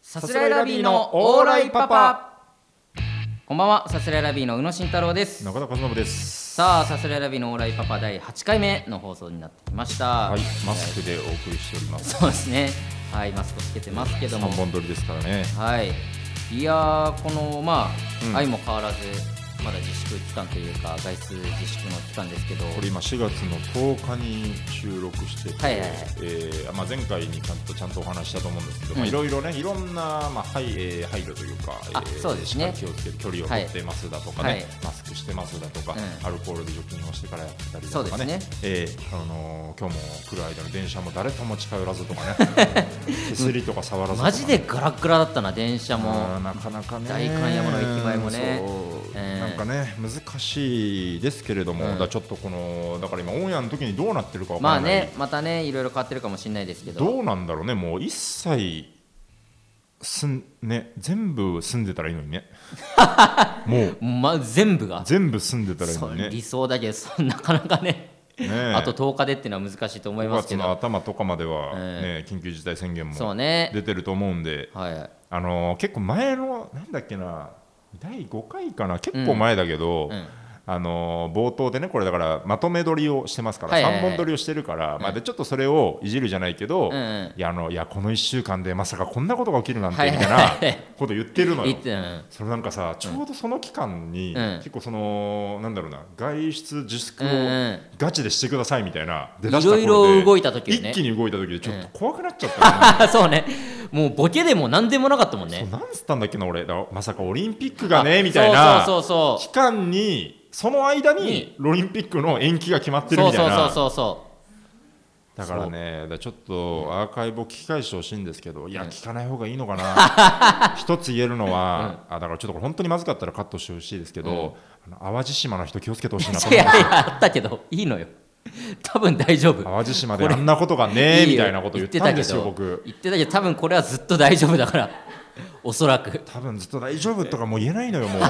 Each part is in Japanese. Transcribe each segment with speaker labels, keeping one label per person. Speaker 1: さすらいラビーのオーライパパこんばんはさすらいラビーの宇野慎太郎です
Speaker 2: 中田和信です。
Speaker 1: さあさすらいラビーのオーライパパ第8回目の放送になってきました
Speaker 2: はい、マスクでお送りしております。
Speaker 1: そうですねはいマスクつけてますけど
Speaker 2: 三
Speaker 1: も
Speaker 2: 本撮りですからね。
Speaker 1: はいいやーこのまあ、
Speaker 2: うん
Speaker 1: 相も変わらずまだ自粛期間というか外出自粛の期間ですけど
Speaker 2: これ今4月の10日に収録してて、
Speaker 1: はいはいはい
Speaker 2: えーまあ前回にちゃんとちゃんとお話ししたと思うんですけど、ま
Speaker 1: う
Speaker 2: あ
Speaker 1: ん
Speaker 2: いろいろね、いろんなまあ配,、えー配慮というか、
Speaker 1: あそうですね
Speaker 2: しっかり気をつける距離を取ってますだとかね、
Speaker 1: はいはい
Speaker 2: マスクしてますだとか、
Speaker 1: うん
Speaker 2: アルコールで除菌をしてからやったりだとか
Speaker 1: そう
Speaker 2: ね、
Speaker 1: です
Speaker 2: えーあのー今日も来る間の電車も誰とも近寄らずとか ね、手すりとか触らずとか、
Speaker 1: マジでガラッガラだったな電車
Speaker 2: あ
Speaker 1: も
Speaker 2: ーなかなかね
Speaker 1: 代官山の駅前もね
Speaker 2: そう
Speaker 1: えー
Speaker 2: なんかね難しいですけれども、
Speaker 1: うん
Speaker 2: だからちょっとこのだから今オンエアの時にどうなってるかわ
Speaker 1: ま
Speaker 2: か
Speaker 1: あ
Speaker 2: んない、
Speaker 1: ねまたねいろいろ変わってるかもしれないですけど
Speaker 2: どうなんだろうねもう一切すんね全部住んでたらいいのに ねもう
Speaker 1: まあ、全部が
Speaker 2: 全部住んでたらいい
Speaker 1: そ
Speaker 2: の
Speaker 1: う
Speaker 2: にね
Speaker 1: 理想だけどそうなかなかね
Speaker 2: ね
Speaker 1: あと10日でっていうのは難しいと思い
Speaker 2: 5
Speaker 1: ますけ
Speaker 2: 月の
Speaker 1: ど
Speaker 2: 頭とかまでは、
Speaker 1: え
Speaker 2: ね緊急事態宣言
Speaker 1: そう
Speaker 2: も
Speaker 1: ね
Speaker 2: 出てると思うんで、
Speaker 1: はい
Speaker 2: あのー結構前のなんだっけな第5回かな結構前だけど、
Speaker 1: うん
Speaker 2: あのー冒頭でねこれだからまとめ撮りをしてますから、
Speaker 1: はい
Speaker 2: 三
Speaker 1: はいはい
Speaker 2: 3本撮りをしてるから、まあ、でちょっとそれをいじるじゃないけど、
Speaker 1: うんうん
Speaker 2: いやあのいやこの1週間でまさかこんなことが起きるなんて
Speaker 1: はい
Speaker 2: み
Speaker 1: はい
Speaker 2: たいなこと言ってるの
Speaker 1: い
Speaker 2: よ。
Speaker 1: ってうん
Speaker 2: それなんかさちょうどその期間に、
Speaker 1: うん
Speaker 2: 結構そのなんだろうな外出自粛を
Speaker 1: うんうん
Speaker 2: ガチでしてくださいみたいな、出だ
Speaker 1: い
Speaker 2: した
Speaker 1: ろ
Speaker 2: 頃で
Speaker 1: いろ動いた時よね
Speaker 2: 一気に動いた時でちょっと怖くなっちゃったよね、
Speaker 1: そうねもうボケでも何でもなかったもん
Speaker 2: そう
Speaker 1: ね
Speaker 2: なんつったんだっけな俺だまさかオリンピックがねみたい
Speaker 1: あ
Speaker 2: な
Speaker 1: そうそうそ
Speaker 2: 期間にその間
Speaker 1: に
Speaker 2: にオリンピックの延期が決まっ
Speaker 1: う
Speaker 2: てる
Speaker 1: そ
Speaker 2: み
Speaker 1: うそ
Speaker 2: たいう
Speaker 1: そう
Speaker 2: な
Speaker 1: そうそ
Speaker 2: だからねだからちょっとアーカイブを聞き返してほしいんですけどいや聞かない方がいいのかな 一つ言えるのはあだからちょっとこれ本当にまずかったらカットしてほしいですけどあの淡路島の人気をつけてほしいなと
Speaker 1: うい
Speaker 2: 思う
Speaker 1: やいやあったけどいいのよ多分大丈夫
Speaker 2: 淡路島であんなことが
Speaker 1: い
Speaker 2: ね
Speaker 1: いよ
Speaker 2: みたいなこと言ったんですよ
Speaker 1: 言ってたけど
Speaker 2: 僕
Speaker 1: 言ってたけど多分これはずっと大丈夫だからおそらく
Speaker 2: 多分ずっと大丈夫とかもう言えないのよもう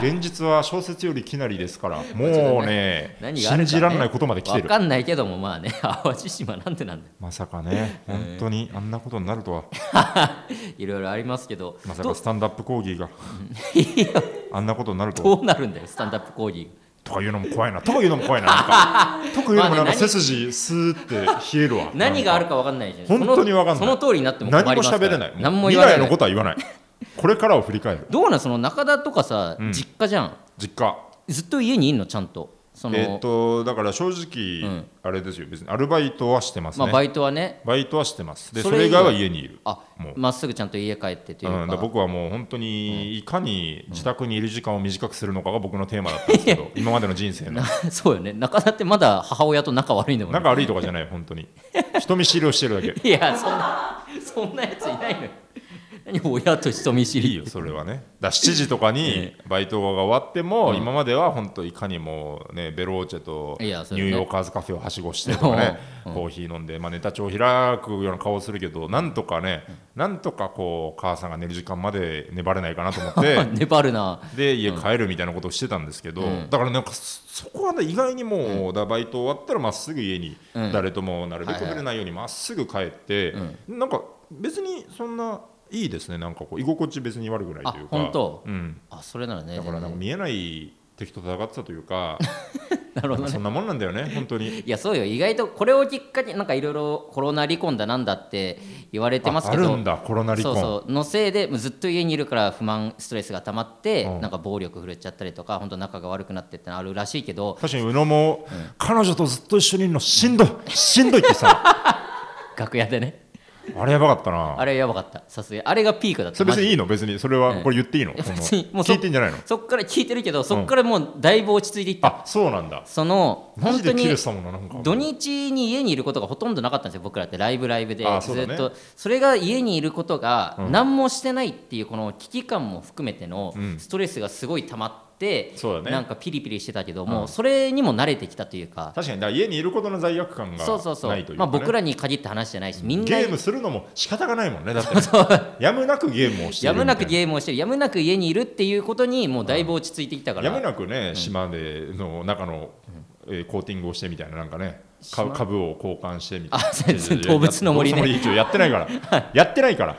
Speaker 2: 現実は小説よりきなりで すからもうね
Speaker 1: 何があるか、ね、
Speaker 2: 信じられないことまで来てる
Speaker 1: 分かんないけどもまあね 淡路島なんてなんだよ
Speaker 2: まさかね、本当にあんなことになるとは、
Speaker 1: いろいろありますけど
Speaker 2: まさ
Speaker 1: ど
Speaker 2: かスタンダップ講義が、あんなことになるとは
Speaker 1: どうなるんだよスタンダップ講義
Speaker 2: とかいうのも怖いな、とかいうのも怖いな、なんか、 とかいうのもなん
Speaker 1: まあね
Speaker 2: か
Speaker 1: 何
Speaker 2: 背筋、スーって冷えるわ。
Speaker 1: 何があ
Speaker 2: る
Speaker 1: るか分かんないじゃん
Speaker 2: 本当に分かんない
Speaker 1: そのその通りになっても困り
Speaker 2: 何
Speaker 1: ま
Speaker 2: も
Speaker 1: すから
Speaker 2: 喋れない、
Speaker 1: 何も
Speaker 2: 未
Speaker 1: 言われ
Speaker 2: 来
Speaker 1: な
Speaker 2: の
Speaker 1: い
Speaker 2: ことは言わ ない、これからを振り返る、
Speaker 1: どうなんその中田とかさ、
Speaker 2: うん
Speaker 1: 実家じゃん
Speaker 2: 実家。
Speaker 1: ずっと家にいんのちゃんとその、
Speaker 2: えーっと、だから正直、
Speaker 1: うん
Speaker 2: あれですよ、別にアルバイトはしてます
Speaker 1: まあ、
Speaker 2: ね。
Speaker 1: バイトはね
Speaker 2: バイトはしてます。で、
Speaker 1: そ
Speaker 2: そ
Speaker 1: れ
Speaker 2: れ以外は家にいる。
Speaker 1: あ
Speaker 2: もう
Speaker 1: まっすぐちゃんと家帰ってというか,、
Speaker 2: うん、だから僕はもう本当にいかに自宅にいる時間を短くするのかが僕のテーマだったんですけど、今までの人生 の
Speaker 1: な そうよね中田ってまだ母親と仲悪いんだもんね
Speaker 2: 仲悪いとかじゃない本当に人見知りをしてるだけ
Speaker 1: いやそんなそんなやついないのよ何親と人見知り
Speaker 2: いいよそれはねだ7時とかにバイトが終わっても、今までは本当いかにもねベローチェと
Speaker 1: い
Speaker 2: ニ
Speaker 1: や
Speaker 2: ュ
Speaker 1: それね
Speaker 2: ーヨーカーズカフェをはしごしてとかね、コーヒー飲んで、まあ、ネタ帳を開くような顔をするけどなんとかね、なんとかこう母さんが寝る時間まで粘れないかなと思って
Speaker 1: 粘るな
Speaker 2: で家帰るみたいなことをしてたんですけど、
Speaker 1: うん
Speaker 2: だからなんかそそこはね意外にもう、だからバイト終わったらまっすぐ家に、
Speaker 1: うん
Speaker 2: 誰ともなるべく
Speaker 1: はいはい
Speaker 2: 触れないようにまっすぐ帰って、なんか別にそんないいですねなんかこう居心地別に悪くないというか
Speaker 1: あ本当
Speaker 2: うん、
Speaker 1: あそれならね
Speaker 2: だからなんか
Speaker 1: 全
Speaker 2: 見えない敵と戦ってたというか
Speaker 1: 然なるほど
Speaker 2: そ
Speaker 1: ね
Speaker 2: んなもんなんだよ ね本当に。
Speaker 1: いやそうよ意外とこれをきっかけなんかいろいろコロナ離婚だなんだって言われてます
Speaker 2: あ
Speaker 1: け
Speaker 2: あ
Speaker 1: ど
Speaker 2: るんだコロナ離
Speaker 1: そう
Speaker 2: 婚
Speaker 1: そうのせいでもうずっと家にいるから不満ストレスが溜まって、
Speaker 2: うん
Speaker 1: なんか暴力振るっちゃったりとか本当仲が悪くなってってのあるらしいけど
Speaker 2: 確かに宇野も、彼女とずっと一緒にいるのしんどいしんどいってさ
Speaker 1: 楽屋でね
Speaker 2: あれやばかったな
Speaker 1: あれやばかったさすがにあれがピークだった
Speaker 2: それ別にい
Speaker 1: い
Speaker 2: いの別にそれはこれ言っていいの、
Speaker 1: いや
Speaker 2: この
Speaker 1: 別にもうそ
Speaker 2: 聞いてんじゃないの
Speaker 1: そっから聞いてるけどそっからもうだいぶ落ち着いていった、
Speaker 2: あそうなんだ
Speaker 1: その
Speaker 2: マ
Speaker 1: 本
Speaker 2: ジ
Speaker 1: 当
Speaker 2: で切
Speaker 1: に
Speaker 2: れてたもんななんか
Speaker 1: 土日に家にいることがほとんどなかったんですよ僕らってライブライブで
Speaker 2: あ
Speaker 1: ず
Speaker 2: そうだ
Speaker 1: っ
Speaker 2: ね
Speaker 1: とそ,、れが家にいることが
Speaker 2: うん
Speaker 1: 何もしてないっていうこの危機感も含めての
Speaker 2: うん
Speaker 1: ストレスがすごい溜まって、
Speaker 2: そうだね
Speaker 1: なんかピリピリしてたけども、
Speaker 2: うん
Speaker 1: それにも慣れてきたというか、
Speaker 2: 確かにだから家にいることの罪悪感が
Speaker 1: そうそうそう
Speaker 2: ないという
Speaker 1: ま
Speaker 2: か、
Speaker 1: あ、
Speaker 2: ね
Speaker 1: 僕らに限って話してないしみんな
Speaker 2: ゲームするのも仕方がないもんねだ ってねやむなくゲームをしてい
Speaker 1: や
Speaker 2: る
Speaker 1: む
Speaker 2: みた
Speaker 1: ないくゲームをしてるやむなく家にいるっていうことにもうだいぶ落ち着いてきたから、
Speaker 2: やむなくね、島での中の、えーコーティングをしてみたいななんかねか株を交換してみたいな
Speaker 1: あそうです動物の森ね
Speaker 2: 動物の森一応やってないからやってないから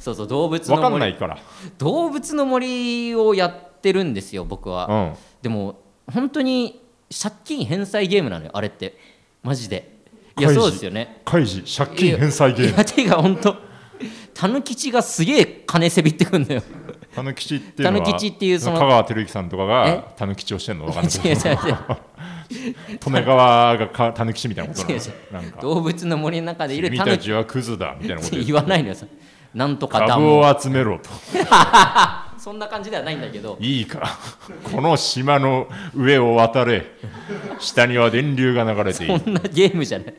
Speaker 1: そうそう動物
Speaker 2: 分か
Speaker 1: の
Speaker 2: んな
Speaker 1: 森
Speaker 2: いから、
Speaker 1: 動物の森をやってるんですよ僕は、
Speaker 2: うん、
Speaker 1: でも本当に借金返済ゲームなのよあれってマジでいや
Speaker 2: 開示
Speaker 1: そうですよね
Speaker 2: 開示借金返済ゲ
Speaker 1: い
Speaker 2: ーム
Speaker 1: やてか本当たぬきちがすげえ金せびってくんだ よ
Speaker 2: たぬきちっていうのは
Speaker 1: たぬきちっていうその
Speaker 2: 香川照之さんとかが
Speaker 1: え
Speaker 2: たぬきちをしてるの分かんない
Speaker 1: 違う違う違う
Speaker 2: 利根川がかたぬきちみたいなことなの
Speaker 1: 違う違
Speaker 2: なんか
Speaker 1: 動物の森の中でいる
Speaker 2: 君
Speaker 1: タヌ
Speaker 2: た
Speaker 1: キ
Speaker 2: ちはクズだみたいなこ
Speaker 1: って
Speaker 2: と言う
Speaker 1: 言わないのよさなんとかだ
Speaker 2: 株
Speaker 1: もん
Speaker 2: を集めろと
Speaker 1: そんな感じではないんだけど
Speaker 2: いいかこの島の上を渡れ下には電流が流れてい
Speaker 1: こ
Speaker 2: る
Speaker 1: んなゲームじゃない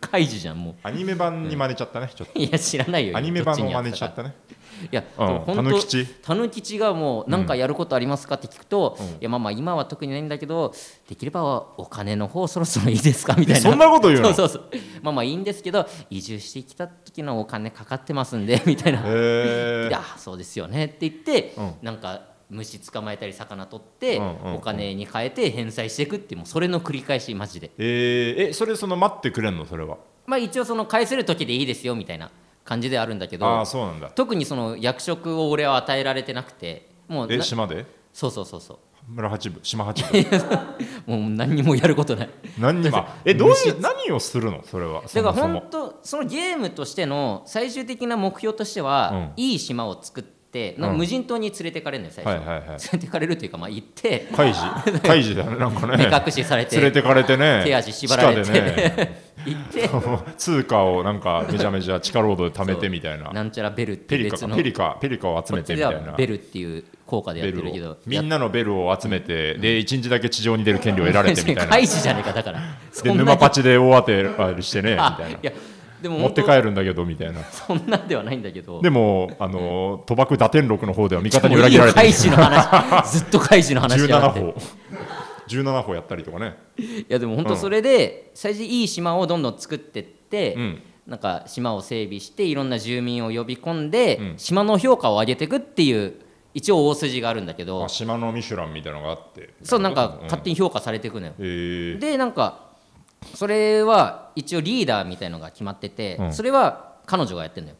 Speaker 1: 開示じゃんも
Speaker 2: アニメ版に真似ちゃったねちょっ
Speaker 1: ういや知らないよ
Speaker 2: とアニメ版
Speaker 1: ど
Speaker 2: の
Speaker 1: っにあた
Speaker 2: 真似
Speaker 1: か
Speaker 2: しちゃったね
Speaker 1: いや、
Speaker 2: うん
Speaker 1: でも本当
Speaker 2: たぬきち
Speaker 1: たぬきちがもう何かやることありますかって聞くと、
Speaker 2: うん
Speaker 1: いやまあまあ今は特にないんだけどできればお金の方そろそろいいですかみたいな
Speaker 2: そんなこと言うの
Speaker 1: そうそうそうまあまあいいんですけど移住してきた時のお金かかってますんでみたいな、
Speaker 2: へ
Speaker 1: い
Speaker 2: え
Speaker 1: やそうですよねって言って、
Speaker 2: うん
Speaker 1: なんか虫捕まえたり魚取って、
Speaker 2: うんうんうん
Speaker 1: お金に変えて返済していくっていうもうそれの繰り返しマジで
Speaker 2: えーえそれその待ってくれんのそれは
Speaker 1: まあ一応その返せる時でいいですよみたいな感じであるんだけ
Speaker 2: ああ
Speaker 1: ど
Speaker 2: ーそうなんだ
Speaker 1: 特にその役職を俺は与えられてなくてもう
Speaker 2: え
Speaker 1: な
Speaker 2: 島で
Speaker 1: そうそうそうそ
Speaker 2: 村八分島八分
Speaker 1: うもう何にもやること ない
Speaker 2: 何に もえどういう何をするのそれはそ
Speaker 1: だから本
Speaker 2: もそも
Speaker 1: 当そのゲームとしての最終的な目標としては、いい島を作ってなんか
Speaker 2: うん
Speaker 1: 無人島に連れてかれるのよ最初、
Speaker 2: はいはいはい
Speaker 1: 連れてかれるというかまあ行 って
Speaker 2: 開示開示だねなんか
Speaker 1: 目
Speaker 2: ね
Speaker 1: 隠しされて
Speaker 2: 連れてかれてね
Speaker 1: 手足縛られ
Speaker 2: 地
Speaker 1: て、
Speaker 2: 下でね
Speaker 1: 行って
Speaker 2: 通貨をなんかめちゃめちゃ地下労働で貯めてみたいな
Speaker 1: なんちゃらベルって
Speaker 2: ペ
Speaker 1: いう
Speaker 2: リカ
Speaker 1: 別
Speaker 2: か
Speaker 1: の
Speaker 2: ペリカペリカを集
Speaker 1: こ
Speaker 2: め
Speaker 1: ってち
Speaker 2: み
Speaker 1: で
Speaker 2: たいな
Speaker 1: はベルっていう効果でやってるけ
Speaker 2: を
Speaker 1: ど
Speaker 2: み
Speaker 1: なん
Speaker 2: なのベルを集めてで一日だけ地上に出る権利を得られてみ たいな
Speaker 1: 開示じゃねえかだからそん
Speaker 2: で
Speaker 1: な
Speaker 2: 沼パチで大当てあれしてねみ
Speaker 1: あ
Speaker 2: たいない
Speaker 1: やでも
Speaker 2: 持って
Speaker 1: る
Speaker 2: 帰るんだけどみたいな
Speaker 1: そんなんではないんだけど
Speaker 2: でもあの賭博打天禄の方では味方に
Speaker 1: もう
Speaker 2: 裏
Speaker 1: いい
Speaker 2: 切られ
Speaker 1: よ
Speaker 2: て
Speaker 1: 開示の 話ずっと開示の話やがっ
Speaker 2: 17
Speaker 1: て
Speaker 2: 歩17歩やったりとかね
Speaker 1: いやでも本
Speaker 2: う
Speaker 1: 当
Speaker 2: ん
Speaker 1: それで最初いい島をどんどん作ってって、
Speaker 2: うん
Speaker 1: なんか島を整備していろんな住民を呼び込んで、
Speaker 2: うん
Speaker 1: 島の評価を上げていくっていう一応大筋があるんだけど
Speaker 2: あ島のミシュランみたいなのがあって
Speaker 1: そうなんか勝手
Speaker 2: に
Speaker 1: に評価されていくのよ、
Speaker 2: えー
Speaker 1: でなんかそれは一応リーダーみたいのが決まってて、
Speaker 2: うん
Speaker 1: それは彼女がやってるの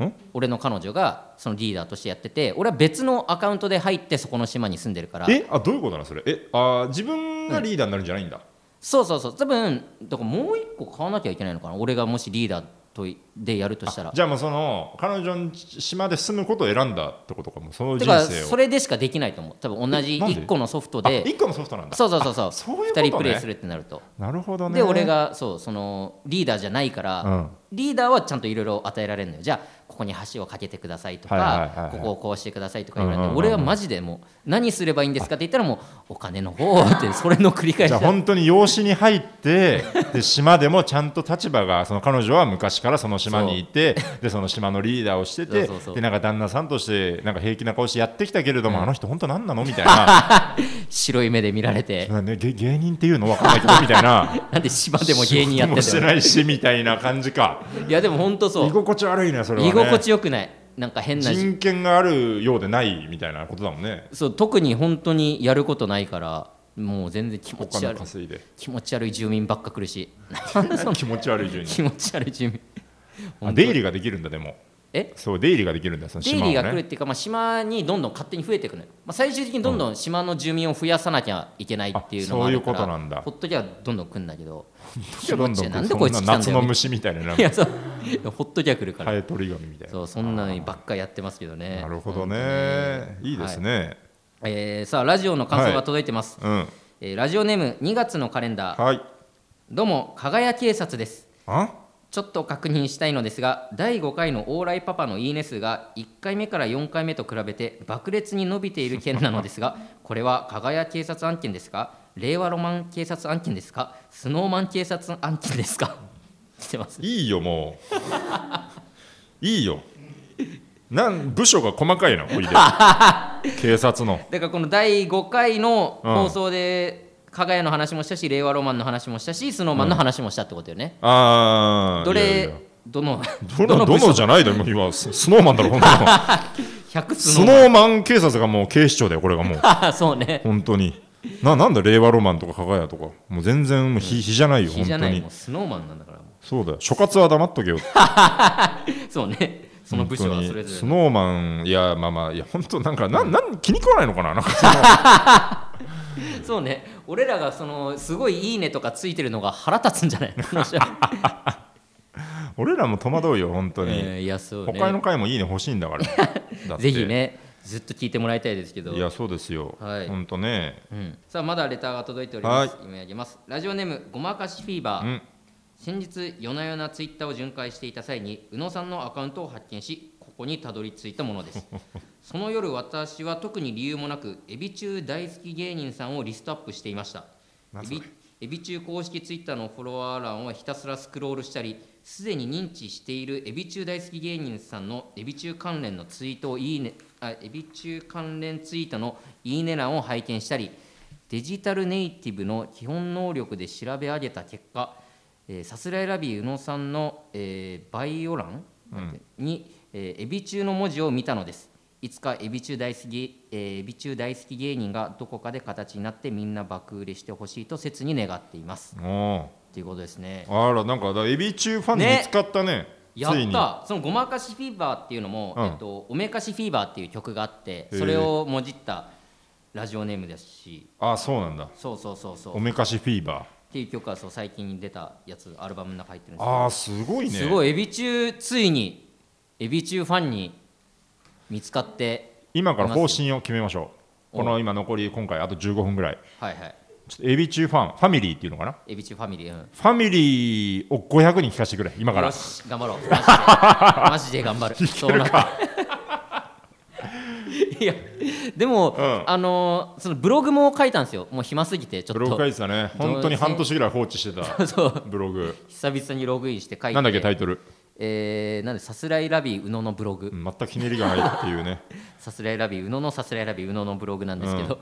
Speaker 1: よ
Speaker 2: ん
Speaker 1: 俺の彼女がそのリーダーとしてやってて俺は別のアカウントで入ってそこの島に住んでるから
Speaker 2: えあどういうことなのそれえあ自分がリーダーになるんじゃないんだ、
Speaker 1: そうそうそう多分だからもう一個買わなきゃいけないのかな俺がもしリーダーといでやるとしたら
Speaker 2: じゃあもうその彼女の島で住むことを選んだってことかもうその
Speaker 1: て
Speaker 2: 人
Speaker 1: か
Speaker 2: 生を
Speaker 1: それでしかできないと思う多分同じ
Speaker 2: えなんで
Speaker 1: 1個のソフト
Speaker 2: あ
Speaker 1: で
Speaker 2: 1個のソフトなんだ
Speaker 1: そうそうそうそう
Speaker 2: そういうこと
Speaker 1: 2
Speaker 2: ね
Speaker 1: 人プレイするってなると
Speaker 2: なるほどね
Speaker 1: で俺がそうそのリーダーじゃないから、
Speaker 2: うん
Speaker 1: リーダーはちゃんといろいろ与えられるのよじゃあここに橋を架けてくださいとか、
Speaker 2: はいはいはいはい
Speaker 1: ここをこうしてくださいとか言われて、
Speaker 2: うんうんうん
Speaker 1: 俺はマジでもう何すればいいんですかって言ったらもうお金の方 ってそれの繰り返し
Speaker 2: じゃあ
Speaker 1: だ
Speaker 2: 本当に養子に入って で島でもちゃんと立場がその彼女は昔からその島にいて でその島のリーダーをして
Speaker 1: そ
Speaker 2: て
Speaker 1: うそうそう
Speaker 2: でなんか旦那さんとしてなんか平気な顔してやってきたけれども、あの人本当何なのみたいな
Speaker 1: 白い目で見られて
Speaker 2: なんかね、芸芸人っていうの分かんないけどみたいな
Speaker 1: なんで島 でも芸 人やっ
Speaker 2: 仕事も
Speaker 1: て
Speaker 2: してて
Speaker 1: る
Speaker 2: ないしみたいな感じか
Speaker 1: いやでも本当そう
Speaker 2: 居心地悪いねそれは、ね、
Speaker 1: 居心地よくないなんか変なじ
Speaker 2: 人権があるようでないみたいなことだもんね
Speaker 1: そう特に本当にやることないからもう全然気持
Speaker 2: お
Speaker 1: ち
Speaker 2: 金
Speaker 1: 悪い
Speaker 2: 稼いで
Speaker 1: 気持ち悪い住民ばっか来るし
Speaker 2: 気持ち悪い順に
Speaker 1: 気持ち悪い住民
Speaker 2: あ出入りができるんだでも
Speaker 1: え
Speaker 2: そう出入りができるんだその
Speaker 1: 出
Speaker 2: 島を
Speaker 1: 入りが来るっ
Speaker 2: ね
Speaker 1: ていうか、まあ、島にどんどん勝手に増えていくのよ、まあ、最終的にどんどん島の住民を増やさなきゃいけないっていうのもあるから
Speaker 2: あそういうことなんだ
Speaker 1: ほっときゃどんどん来るんだけど
Speaker 2: どんど
Speaker 1: 気持ち悪い
Speaker 2: ん
Speaker 1: なんでこいつ
Speaker 2: そ
Speaker 1: 来
Speaker 2: ん
Speaker 1: た
Speaker 2: なん
Speaker 1: だ
Speaker 2: 夏
Speaker 1: よ
Speaker 2: の虫みたいななん
Speaker 1: い
Speaker 2: か
Speaker 1: やそういやほっときゃ来るから、
Speaker 2: ハエトリガミみたいな
Speaker 1: そうそんなにばっかやってますけどね
Speaker 2: なるほど、ねいいですね
Speaker 1: えーさあラジオの感想が届いてます、
Speaker 2: うん
Speaker 1: えーラジオネーム2月のカレンダー
Speaker 2: はい
Speaker 1: どうも加賀谷警察です
Speaker 2: あ
Speaker 1: ちょっと確認したいのですが第5回の「オーライパパ」の「いいね」数が1回目から4回目と比べて爆裂に伸びている件なのですがこれは加賀谷警察案件ですか令和ロマン警察案件ですかスノーマン警察案件ですか来てます
Speaker 2: いいよもう いいよなん部署が細かいな ほいで警察の
Speaker 1: だからこの第5回の放送で、加賀谷の話もしたし令和ロマンの話もしたしスノーマンの話もしたってことよね、
Speaker 2: ああ
Speaker 1: どれどの
Speaker 2: どのど
Speaker 1: 部署
Speaker 2: のじゃないだろもう今ススノーマンだろこんなの
Speaker 1: 100ス
Speaker 2: ス
Speaker 1: ノ
Speaker 2: ノ
Speaker 1: ー
Speaker 2: ーマン警察がもう警視庁だよこれがもう
Speaker 1: そうね
Speaker 2: 本当にななんだ令和ロマンとか加賀屋とかもう全然もう日日じゃないよ
Speaker 1: 日
Speaker 2: 本
Speaker 1: じゃ
Speaker 2: 当
Speaker 1: ない
Speaker 2: に
Speaker 1: もうスノーマンなんだからもう
Speaker 2: そうだよ諸葛は黙っとけよ
Speaker 1: そうねその部署はそれぞれ
Speaker 2: スノーマンいやまあまあいや本当なんかなんなん気に食わないのかななんか その
Speaker 1: そうね俺らがそのすごい「いいね」とかついてるのが腹立つんじゃない この人
Speaker 2: 俺らも戸惑うよ本当に、
Speaker 1: えーいやそうね
Speaker 2: 他の回もいいね欲しいんだ からだって
Speaker 1: ぜひねずっと聞いてもらいたいですけど
Speaker 2: いやそうですよ、
Speaker 1: はい
Speaker 2: 本当ね
Speaker 1: うん、さあまだレターが届いております、
Speaker 2: はい
Speaker 1: 読み上げますラジオネームごまかしフィーバー、
Speaker 2: うん
Speaker 1: 先日夜な夜なツイッターを巡回していた際に宇野さんのアカウントを発見しここにたどり着いたものです その夜私は特に理由もなくエビ中大好き芸人さんをリストアップしていました
Speaker 2: なん
Speaker 1: エ
Speaker 2: すか
Speaker 1: ビエビ中公式ツイッターのフォロワー欄をひたすらスクロールしたりすでに認知しているエビ中大好き芸人さんのエビ中関連のツイートをいいねあエビ中関連ツイートのいいね欄を拝見したりデジタルネイティブの基本能力で調べ上げた結果えーさすらいラビー宇野さんの、えーバイオ欄、に、えーエビ中の文字を見たのですいつかエビ中大好き、えーエビ中大好き芸人がどこかで形になってみんな爆売れしてほしいと切に願っています
Speaker 2: お
Speaker 1: ということですね
Speaker 2: ーあらなんかだエビ中ファン
Speaker 1: ね
Speaker 2: 見つかったね
Speaker 1: やっ
Speaker 2: ついに
Speaker 1: たそのごまかしフィーバーっていうのも、
Speaker 2: うん
Speaker 1: えっと、おめかしフィーバーっていう曲があって
Speaker 2: ー
Speaker 1: それをもじったラジオネームですし
Speaker 2: あそうなんだ
Speaker 1: そうそうそうそうっ
Speaker 2: おめかしフィーバー
Speaker 1: ていう曲がそう最近出たやつアルバムの中入ってるんですけど
Speaker 2: あーすごいね
Speaker 1: すごいエビ中ついにエビ中ファンに見つかって
Speaker 2: 今から方針を決めましょうこの今残り今回あと15分ぐらい
Speaker 1: はいはい
Speaker 2: ちょっとエビ中ファンファミリーっていうのかな
Speaker 1: エビ中ファミリー、うん、
Speaker 2: ファミリーを500人聞かせてくれ今か
Speaker 1: よ
Speaker 2: ら
Speaker 1: し頑張ろうマジでマジで頑張る そうなんだいやでも、
Speaker 2: うん
Speaker 1: あのーそのブログも書いたんですよもう暇すぎてちょ
Speaker 2: ブ
Speaker 1: っ
Speaker 2: ログ書
Speaker 1: と
Speaker 2: いてたね本当に半年ぐらい放置してた
Speaker 1: そう
Speaker 2: ブログ
Speaker 1: 久々にログインして書いて
Speaker 2: なんだっけタイトル
Speaker 1: えーなんでさすらいラビー宇野のブログ
Speaker 2: うん全くひねりがないってい うね
Speaker 1: さすらいラビー宇野のさすらいラビー宇野のブログなんですけど、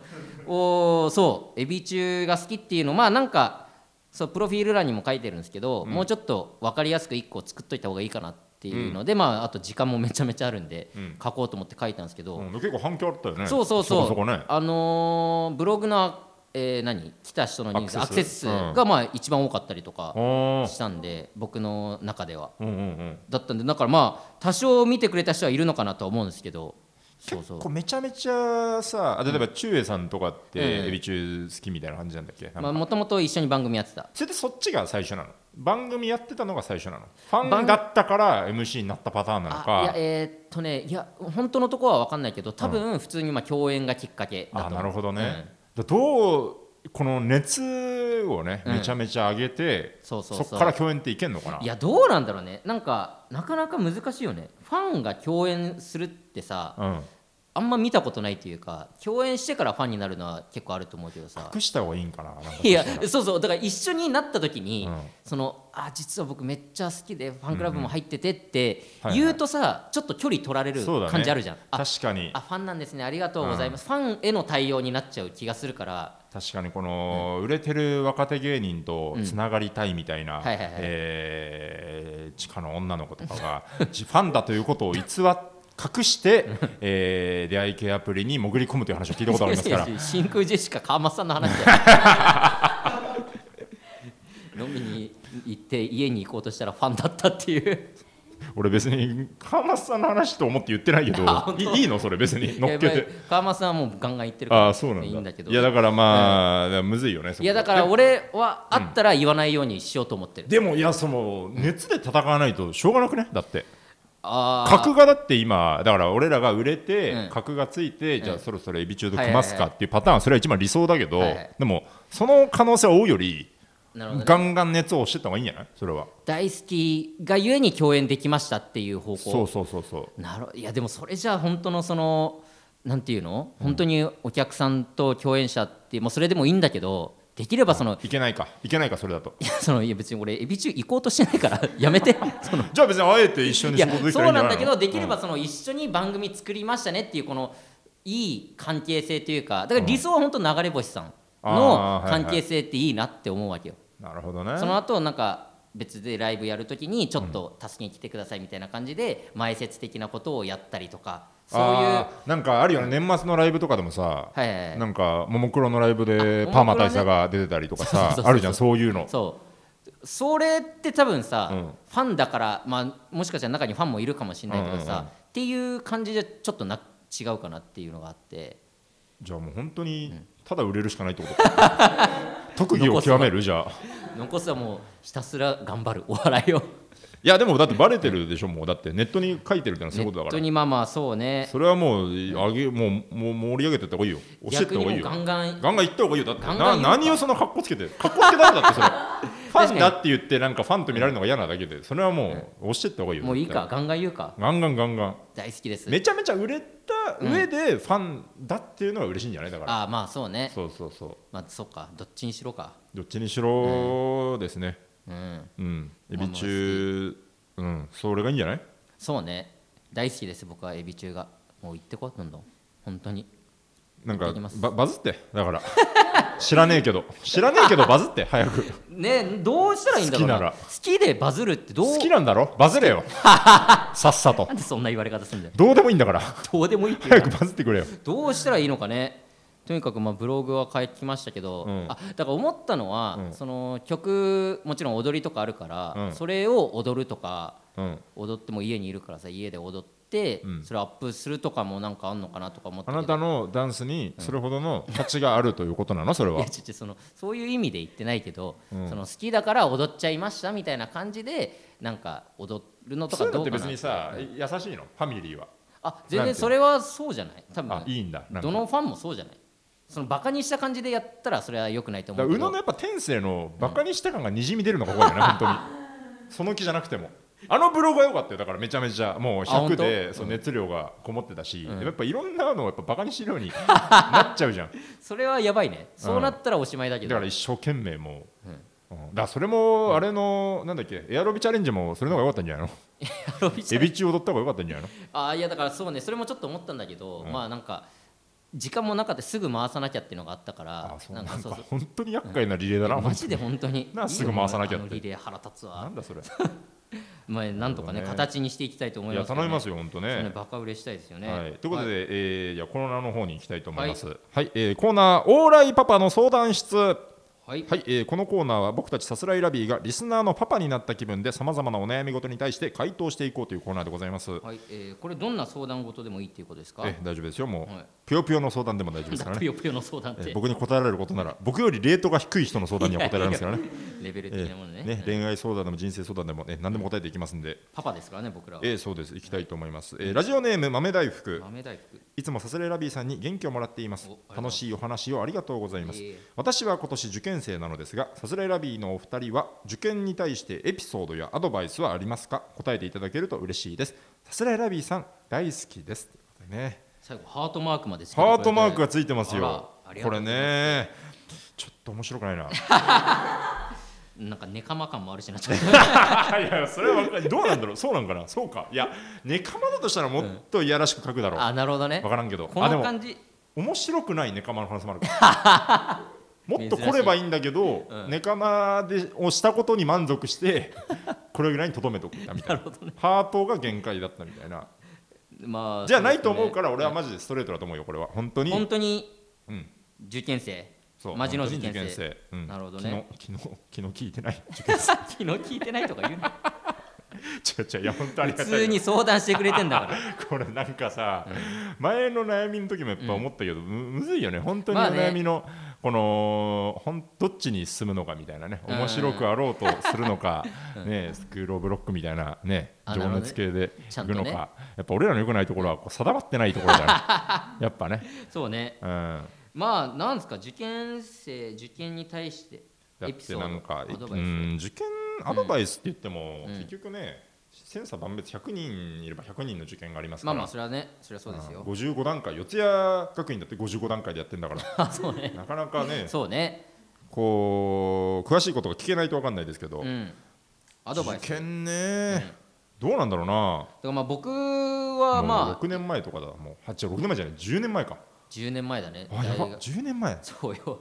Speaker 1: おーそうエビ中が好きっていうのまあなんかそうプロフィール欄にも書いてるんですけど、もうちょっと分かりやすく1個作っといた方がいいかなっていうので、まああと時間もめちゃめちゃあるんで、書こうと思って書いたんですけど、
Speaker 2: うん結構反響あったよね
Speaker 1: そうそうそう
Speaker 2: そこそこね
Speaker 1: あのーブログの、えー何来た人の人数ア
Speaker 2: ア
Speaker 1: ク
Speaker 2: ク
Speaker 1: セ
Speaker 2: セ
Speaker 1: ス
Speaker 2: ス
Speaker 1: 数がまあ一番多かったりとか
Speaker 2: あ
Speaker 1: したんで、僕の中では
Speaker 2: ーうんうんうん
Speaker 1: だったんでだからまあ多少見てくれた人はいるのかなとは思うんですけどそうそう
Speaker 2: こうめちゃめちゃさあ例えば中英さんとかっ
Speaker 1: うん
Speaker 2: てエビ中好きみたいな感じなんだっけなんか
Speaker 1: まあ、もともと一緒に番組やってた。
Speaker 2: それでそっちが最初なの番組やってたのが最初なのファンだったから MC になったパターンなの
Speaker 1: あいや
Speaker 2: か
Speaker 1: えーっとねいや本当のところは分かんないけど多分普通にまあ共演がきっかけだと
Speaker 2: あ
Speaker 1: 思う
Speaker 2: なるほどね、だどうこの熱をね
Speaker 1: うん
Speaker 2: めちゃめちゃ上げて、
Speaker 1: そうそう
Speaker 2: そ
Speaker 1: そう
Speaker 2: こから共演っていけんのかない
Speaker 1: やどうなんだろうねなんかなかなか難しいよねファンが共演するってさ
Speaker 2: うん、
Speaker 1: あんま見たことないというか共演してからファンになるのは結構あると思うけどさ
Speaker 2: 隠した方がいいんかななんか
Speaker 1: いやそうそうだから一緒になった時に、
Speaker 2: うん
Speaker 1: そのあ実は僕めっちゃ好きでファンクラブも入っててって
Speaker 2: うんはいはい
Speaker 1: 言うとさ、ちょっと距離取られる
Speaker 2: そうだね
Speaker 1: 感じあるじゃん、あ
Speaker 2: 確か に
Speaker 1: あファンなんですねありがとうございます、ファンへの対応になっちゃう気がするから
Speaker 2: 確かにこの、売れてる若手芸人とつながりたいみたいな、
Speaker 1: はいはいはい
Speaker 2: えー地下の女の子とかが じファンだということを偽って隠して、えー出会い系アプリに潜り込むという話を聞いたことありま すから
Speaker 1: 真空ジェシカ川松さんの話だ よ飲みに行って家に行こうとしたらファンだったっていう
Speaker 2: 俺別に川松さんの話と思って言っ てないけどいいいのそれ別に乗っけ
Speaker 1: いやま
Speaker 2: て
Speaker 1: あ川松さんはもうガンガン行ってるから
Speaker 2: ああそうなんだ
Speaker 1: いいんだけど
Speaker 2: いやだからまあ、だからむずいよねそこ
Speaker 1: いやだから俺はあったら言わないようにしようと思ってる、
Speaker 2: でもいやその熱で戦わないとしょうがなくねだって
Speaker 1: ああ
Speaker 2: 格がだって今だから俺らが売れて、
Speaker 1: うん
Speaker 2: 格がついて、じゃ
Speaker 1: う
Speaker 2: あ
Speaker 1: ん
Speaker 2: そろそろエビ中毒組ますか
Speaker 1: はいはいは
Speaker 2: っていうパターン、それは一番理想だけど、
Speaker 1: はいはい
Speaker 2: でもその可能性は多いより、
Speaker 1: なるほどね
Speaker 2: ガンガン熱を押してった方がいいんじゃないそれは
Speaker 1: 大好きがゆえに共演できましたっていう方向
Speaker 2: そうそうそうそう
Speaker 1: なるいやでもそれじゃあ本当のそのなんていうの本当にお客さんと共演者ってもうそれでもいいんだけどできればその
Speaker 2: いけないかいけないかそれだと
Speaker 1: いやそのいや別に俺エビ中行こうとしてないから やめてそ の
Speaker 2: じゃあ別にあえて一緒に
Speaker 1: い
Speaker 2: 仕
Speaker 1: や
Speaker 2: 事できた
Speaker 1: そ
Speaker 2: らいい
Speaker 1: うん
Speaker 2: じゃ
Speaker 1: なんだ
Speaker 2: ないの
Speaker 1: けどできればその一緒に番組作りましたねっていうこのいい関係性というかだから理想は本当流れ星さんの
Speaker 2: あーはいはい
Speaker 1: 関係性っていいなって思うわけよ。
Speaker 2: なるほどね
Speaker 1: その後なんか別でライブやるときにちょっと助けに来てくださいみたいな感じで前説的なことをやったりとかそういう
Speaker 2: あーなんかあるよね年末のライブとかでもさ、
Speaker 1: はいはいはい
Speaker 2: なんかももクロのライブで
Speaker 1: あ
Speaker 2: パー
Speaker 1: も
Speaker 2: マ
Speaker 1: もクロね
Speaker 2: 大佐が出てたりとか
Speaker 1: そうそうそうそ
Speaker 2: さ
Speaker 1: う
Speaker 2: あるじゃんそういうの
Speaker 1: そうそれって多分さ、
Speaker 2: うん
Speaker 1: ファンだから、まあ、もしかしたら中にファンもいるかもしれないけどさ、
Speaker 2: うんうんうん
Speaker 1: っていう感じじゃちょっとな違うかなっていうのがあって
Speaker 2: じゃあもう本当にただ売れるしかないってこと か特技を極めるじゃあ
Speaker 1: 残すはもうひたすら頑張るお笑いを
Speaker 2: いやでもだってバレてるでしょもうだってネットに書いてるってのはそ
Speaker 1: ネ
Speaker 2: ういうことだ
Speaker 1: ッ
Speaker 2: か
Speaker 1: ト
Speaker 2: ら
Speaker 1: にまあまあそうね
Speaker 2: それはもうあげもうもう盛り上げてった方がいいよ教えて
Speaker 1: 逆
Speaker 2: た
Speaker 1: に
Speaker 2: 方が
Speaker 1: も
Speaker 2: いういよ
Speaker 1: ガンガン
Speaker 2: ガンガン言った方がいいよだって
Speaker 1: ガンガン言うか
Speaker 2: な何をその格好つけて格好つけたんだって それフ
Speaker 1: かに
Speaker 2: ァンだって言ってなんかファンと見られるのが嫌なだけでそれはもう押してった方がいいよ
Speaker 1: もういいかガンガン言うか
Speaker 2: ガンガンガンガン
Speaker 1: 大好きです
Speaker 2: めちゃめちゃ売れた上でファンだっていうのは嬉しいんじゃないだから
Speaker 1: ああまあそうね
Speaker 2: そうそうそう
Speaker 1: まあそっかどっちにしろか
Speaker 2: どっちにしろですね
Speaker 1: うん
Speaker 2: うんエビ中うんそれがいいんじゃない
Speaker 1: そうね大好きです僕はエビ中がもう行ってこうどんどん本当に
Speaker 2: なん
Speaker 1: 行
Speaker 2: か
Speaker 1: ってきます
Speaker 2: ババズってだから 知らねえけど知らねえけどバズって 早く
Speaker 1: ねどうしたらいいんだろう
Speaker 2: 好きなら
Speaker 1: 好きでバズるってどう
Speaker 2: 好きなんだろバズ れよさっさと
Speaker 1: なんでそんな言われ方するんだよ
Speaker 2: どうでもいいんだから
Speaker 1: どうでもいいっていう
Speaker 2: 早
Speaker 1: か
Speaker 2: くバズってくれよ
Speaker 1: どうしたらいいのかねとにかくまあブログは書きましたけど、
Speaker 2: うん
Speaker 1: あだから思ったのは、
Speaker 2: うん
Speaker 1: その曲もちろん踊りとかあるから、
Speaker 2: うん
Speaker 1: それを踊るとか
Speaker 2: うん
Speaker 1: 踊っても家にいるからさ家で踊って、
Speaker 2: うん
Speaker 1: それアップするとかもなんかあんのかなとか思った
Speaker 2: あ
Speaker 1: けど
Speaker 2: なたのダンスにそれほどの価値があるということなのそれ
Speaker 1: い
Speaker 2: は
Speaker 1: やちょちょそのそういう意味で言ってないけど、
Speaker 2: うん
Speaker 1: その好きだから踊っちゃいましたみたいな感じでなんか踊るのとか
Speaker 2: そういう
Speaker 1: ど
Speaker 2: のっ
Speaker 1: う
Speaker 2: て
Speaker 1: かな
Speaker 2: 別にさ優しいのファミリーは
Speaker 1: あ全然それはそうじゃない多分
Speaker 2: あいいんだなんか
Speaker 1: どのファンもそうじゃないそのバカにした感じでやったらそれは良くないと
Speaker 2: だか
Speaker 1: 思
Speaker 2: ら
Speaker 1: うけ
Speaker 2: 宇野
Speaker 1: ど
Speaker 2: のやっぱ天性のバカにした感がにじみ出るのがここだよね、本当にその気じゃなくてもあのブログは良かったよだからめちゃめちゃもう
Speaker 1: あ本
Speaker 2: 100
Speaker 1: 当う
Speaker 2: で
Speaker 1: ん
Speaker 2: その熱量がこもってたし、
Speaker 1: うん
Speaker 2: やっぱいろんなのをやっぱバカにしてるようになっちゃう じゃん
Speaker 1: それはやばいねそうなったらおしまいだけ
Speaker 2: だ
Speaker 1: ど、
Speaker 2: から一生懸命もう、うんだからそれもあれのなんだっけエアロビチャレンジもそれの方が良かったんじゃないの
Speaker 1: ロビちゃ
Speaker 2: エ
Speaker 1: ん
Speaker 2: ビ中踊った方が良かったんじゃないの
Speaker 1: あーいやだからそうねそれもちょっと思ったんだけど、
Speaker 2: うん
Speaker 1: まあなんか時間もなかったすぐ回さなきゃっていうのがあったか
Speaker 2: あ
Speaker 1: ら
Speaker 2: そうなん
Speaker 1: か
Speaker 2: か
Speaker 1: そうそう
Speaker 2: 本当に厄介なリレーだな、
Speaker 1: マジで本 当に
Speaker 2: なすぐ回さなきゃ
Speaker 1: いいよ
Speaker 2: って
Speaker 1: あのリレー腹立つ
Speaker 2: な
Speaker 1: わ
Speaker 2: んだそれ
Speaker 1: まあなんとかね
Speaker 2: なるほどね
Speaker 1: 形にしていきたいと思
Speaker 2: い
Speaker 1: い
Speaker 2: や
Speaker 1: ますけど
Speaker 2: 頼
Speaker 1: ね、
Speaker 2: みますよ本当
Speaker 1: そう
Speaker 2: ね
Speaker 1: ねバカ売れしたいですよね、
Speaker 2: はい、ということで、えーじゃあコーナーの方に行きたいと思います。
Speaker 1: は
Speaker 2: はい、えーコーナーオーライパパの相談室。は
Speaker 1: はい、はい
Speaker 2: い、えーこのコーナーは僕たちさすらいラビーがリスナーのパパになった気分でさまざまなお悩み事に対して回答していこうというコーナーでございます。
Speaker 1: はいえーこれどんな相談事でもいいっていうことですか
Speaker 2: え大丈夫ですよ、もう、
Speaker 1: はい
Speaker 2: ぷよぷよの相談でも大丈夫ですから
Speaker 1: ぷ
Speaker 2: ね。
Speaker 1: よぷよの相談っ
Speaker 2: え
Speaker 1: て、
Speaker 2: ー僕に答えられることなら僕よりレートが低い人の相談には答えられますからね。
Speaker 1: レベル
Speaker 2: え
Speaker 1: 的なものね
Speaker 2: ーね恋愛相談でも人生相談でも、ね、何でも答えていきますんで、
Speaker 1: パパですからね僕らは
Speaker 2: えーそうです、いきたいと思います。えーラジオネーム豆大福、
Speaker 1: 豆大福
Speaker 2: いつもサスレラビーさんに元気をもらっています
Speaker 1: おありがとうございま
Speaker 2: 楽
Speaker 1: す
Speaker 2: しいお話をありがとうございます
Speaker 1: いえいえ
Speaker 2: 私は今年受験生なのですがサスレラビーのお二人は受験に対してエピソードやアドバイスはありますか答えていただけると嬉しいですサスレラビーさん大好きですということでね
Speaker 1: 最後ハートマークまでつけてくれ
Speaker 2: ハ
Speaker 1: て
Speaker 2: ートマークがついてますよ
Speaker 1: あらありが
Speaker 2: こと
Speaker 1: う
Speaker 2: れ
Speaker 1: ございます
Speaker 2: ねちょっと面白くないな
Speaker 1: なんかネカマ感もある しなちょっ
Speaker 2: いやそれはわかんないどうなんだろうそうなんかなそうかいやネカマだとしたらもっといやらしく書くだろ
Speaker 1: と
Speaker 2: う、
Speaker 1: あなるほどね
Speaker 2: わからんけど
Speaker 1: こ
Speaker 2: あで
Speaker 1: の
Speaker 2: も
Speaker 1: 感じ
Speaker 2: 面白くないネカマの話もあるか らもっと来ればいいんだけど、
Speaker 1: うん
Speaker 2: ネカマでをしたことに満足して これぐらいにとどめとくんだみたいなハートが限界だったみたいな
Speaker 1: まあ
Speaker 2: じゃあないと思うからら俺はマジでストレートだと思うよこれは本当に
Speaker 1: 本当に
Speaker 2: うん
Speaker 1: 受験生
Speaker 2: そう
Speaker 1: マジの
Speaker 2: 本
Speaker 1: 受
Speaker 2: 当に
Speaker 1: 験生
Speaker 2: うん
Speaker 1: なるほどね
Speaker 2: 昨日昨日昨日聞いてない
Speaker 1: 昨日聞いてないとか言うな
Speaker 2: 違う違ういや本当あり
Speaker 1: 普
Speaker 2: がたい
Speaker 1: 通
Speaker 2: よ
Speaker 1: に相談してくれてんだか
Speaker 2: これなんかさ、前の悩みの時もやっぱ思ったけど、むむずいよね本当にお
Speaker 1: まあね
Speaker 2: 悩みの、このほんどっちに進むのかみたいなね
Speaker 1: うん
Speaker 2: 面白くあろうとするの か、ねスクール・オブ・ロックみたいなね
Speaker 1: あ
Speaker 2: 情熱系で
Speaker 1: ちゃ
Speaker 2: 行
Speaker 1: ん
Speaker 2: く
Speaker 1: とね
Speaker 2: のか、やっぱ俺らの良くないところはこう定まってないところだ ねやっぱね、
Speaker 1: らそうね
Speaker 2: うん、
Speaker 1: まあなんですか受験生受験に対して
Speaker 2: だっ
Speaker 1: エピ
Speaker 2: て
Speaker 1: ソード
Speaker 2: なん
Speaker 1: ア
Speaker 2: か
Speaker 1: ド
Speaker 2: う
Speaker 1: バイス、
Speaker 2: ん受験アドバイスって言っても、
Speaker 1: うん
Speaker 2: 結局ね千差万別100人いれば100人の受験がありますか
Speaker 1: ま
Speaker 2: ら、
Speaker 1: あまあそれはねそれはそうですよ
Speaker 2: うん55段階四谷学院だって55段階でやってんだ から
Speaker 1: あそうね
Speaker 2: なかなかね、
Speaker 1: そうね
Speaker 2: こう詳しいことが聞けないと分かんないですけど、
Speaker 1: うんアドバイス
Speaker 2: 受験ね、どうなんだろうな、
Speaker 1: だからまあ僕は
Speaker 2: もう
Speaker 1: まあ
Speaker 2: 6年前とかだ、もう8、6年前じゃない、10年前か、
Speaker 1: 10年前だね
Speaker 2: あやば
Speaker 1: 大学
Speaker 2: 10年前、
Speaker 1: そうよ